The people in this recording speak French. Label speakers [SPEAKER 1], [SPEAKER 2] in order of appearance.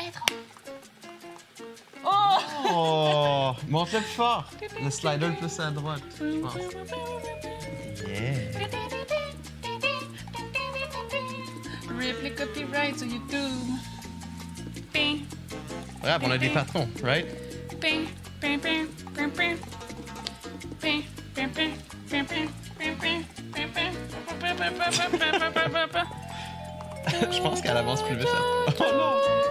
[SPEAKER 1] être.
[SPEAKER 2] Oh! Mon truc fort! Le slider le plus à droite, je pense.
[SPEAKER 3] Yeah.
[SPEAKER 1] Rip les copyrights sur YouTube. Ping,
[SPEAKER 3] Bref, on a des patrons, right?
[SPEAKER 1] ping, ping, ping, ping, ping. Ping, ping, ping, ping, ping, ping, ping, ping, ping.
[SPEAKER 3] Je pense qu'elle avance plus vite. là.
[SPEAKER 2] Oh non!